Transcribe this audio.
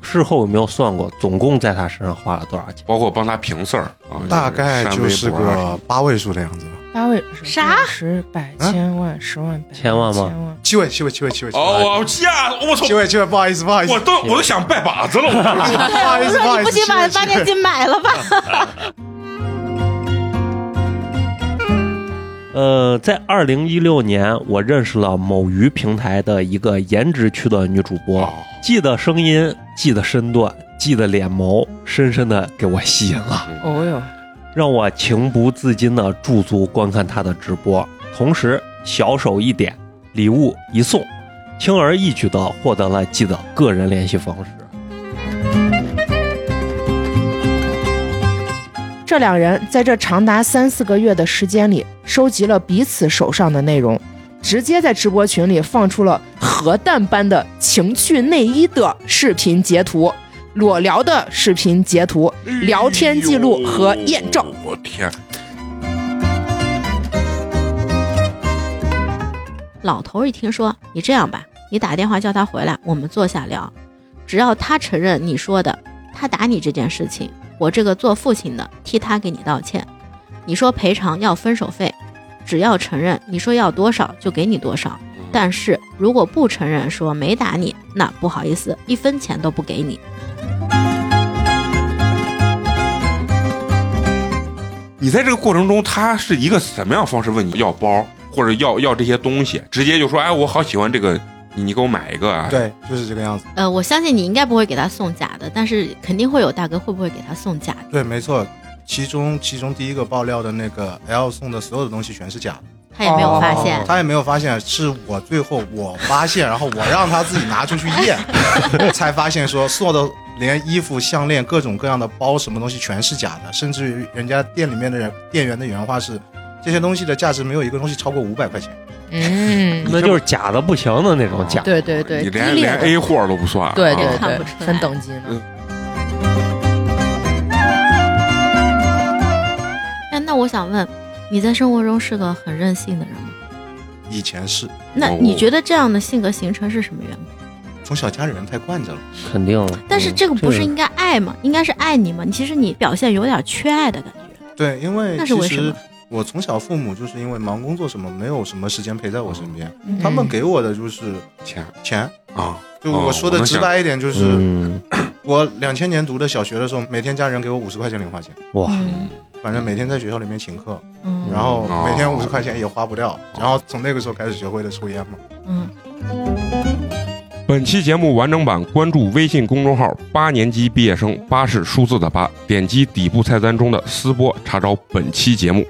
事后有没有算过，总共在他身上花了多少钱？包括帮他平事儿啊，嗯大概就是删微博啊个八位数的样子吧，八位是啥十百啊千万十万百千万吗千万七位，七位，七位，七位，七位哦呀，我操七！位，七位，不好意思，不好意思，我都我都想拜把子了，我 不 好意我思，不说好你意不思，仅把七位八年金买了吧？呃，在二零一六年，我认识了某鱼平台的一个颜值区的女主播，哦记得声音，记得身段，记得脸眸，深深的给我吸引了，哦哟，让我情不自禁的驻足观看她的直播，同时小手一点，礼物一送，轻而易举的获得了记得个人联系方式。这两人在这长达三四个月的时间里，收集了彼此手上的内容，直接在直播群里放出了核弹般的情趣内衣的视频截图、裸聊的视频截图、聊天记录和验证。哎呦哎我天，老头一听说你这样吧，你打电话叫他回来，我们坐下聊。只要他承认你说的他打你这件事情，我这个做父亲的替他给你道歉。你说赔偿要分手费，只要承认，你说要多少就给你多少。但是如果不承认说没打你，那不好意思，一分钱都不给你。你在这个过程中，他是一个什么样的方式问你要包或者要要这些东西？直接就说，哎，我好喜欢这个，你你给我买一个啊。对，就是这个样子，呃，我相信你应该不会给他送假的，但是肯定会有大哥会不会给他送假的，对，没错。其中，其中第一个爆料的那个 L 送的所有的东西全是假的，他也没有发哦现。他也没有发现，是我最后我发现，然后我让他自己拿出去 验，才发现说送的连衣服、项链、各种各样的包什么东西全是假的，甚至于人家店里面的人店员的原话是，这些东西的价值没有一个东西超过五百块钱。嗯，那就是假的不行的那种假，对对啊对，你连低连劣的 A 货都不算，对啊对看对不出，来分等级呢。哎，那我想问，你在生活中是个很任性的人吗？以前是那哦你觉得这样的性格形成是什么原因？从小家里人太惯着了，肯定了。但是嗯这个不是这应该爱吗？应该是爱你吗？你其实你表现有点缺爱的感觉，对，因为那是其为什实么？我从小父母就是因为忙工作什么，没有什么时间陪在我身边，嗯他们给我的就是钱钱。啊，就哦我说的能直想白一点，就是嗯，我两千年读的小学的时候，每天家人给我五十块钱零花钱，哇，嗯反正每天在学校里面请客，嗯，然后哦每天五十块钱也花不掉，然后从那个时候开始学会了抽烟嘛。嗯，本期节目完整版关注微信公众号“八年级毕业生”，八是数字的八，点击底部菜单中的“私播”查找本期节目。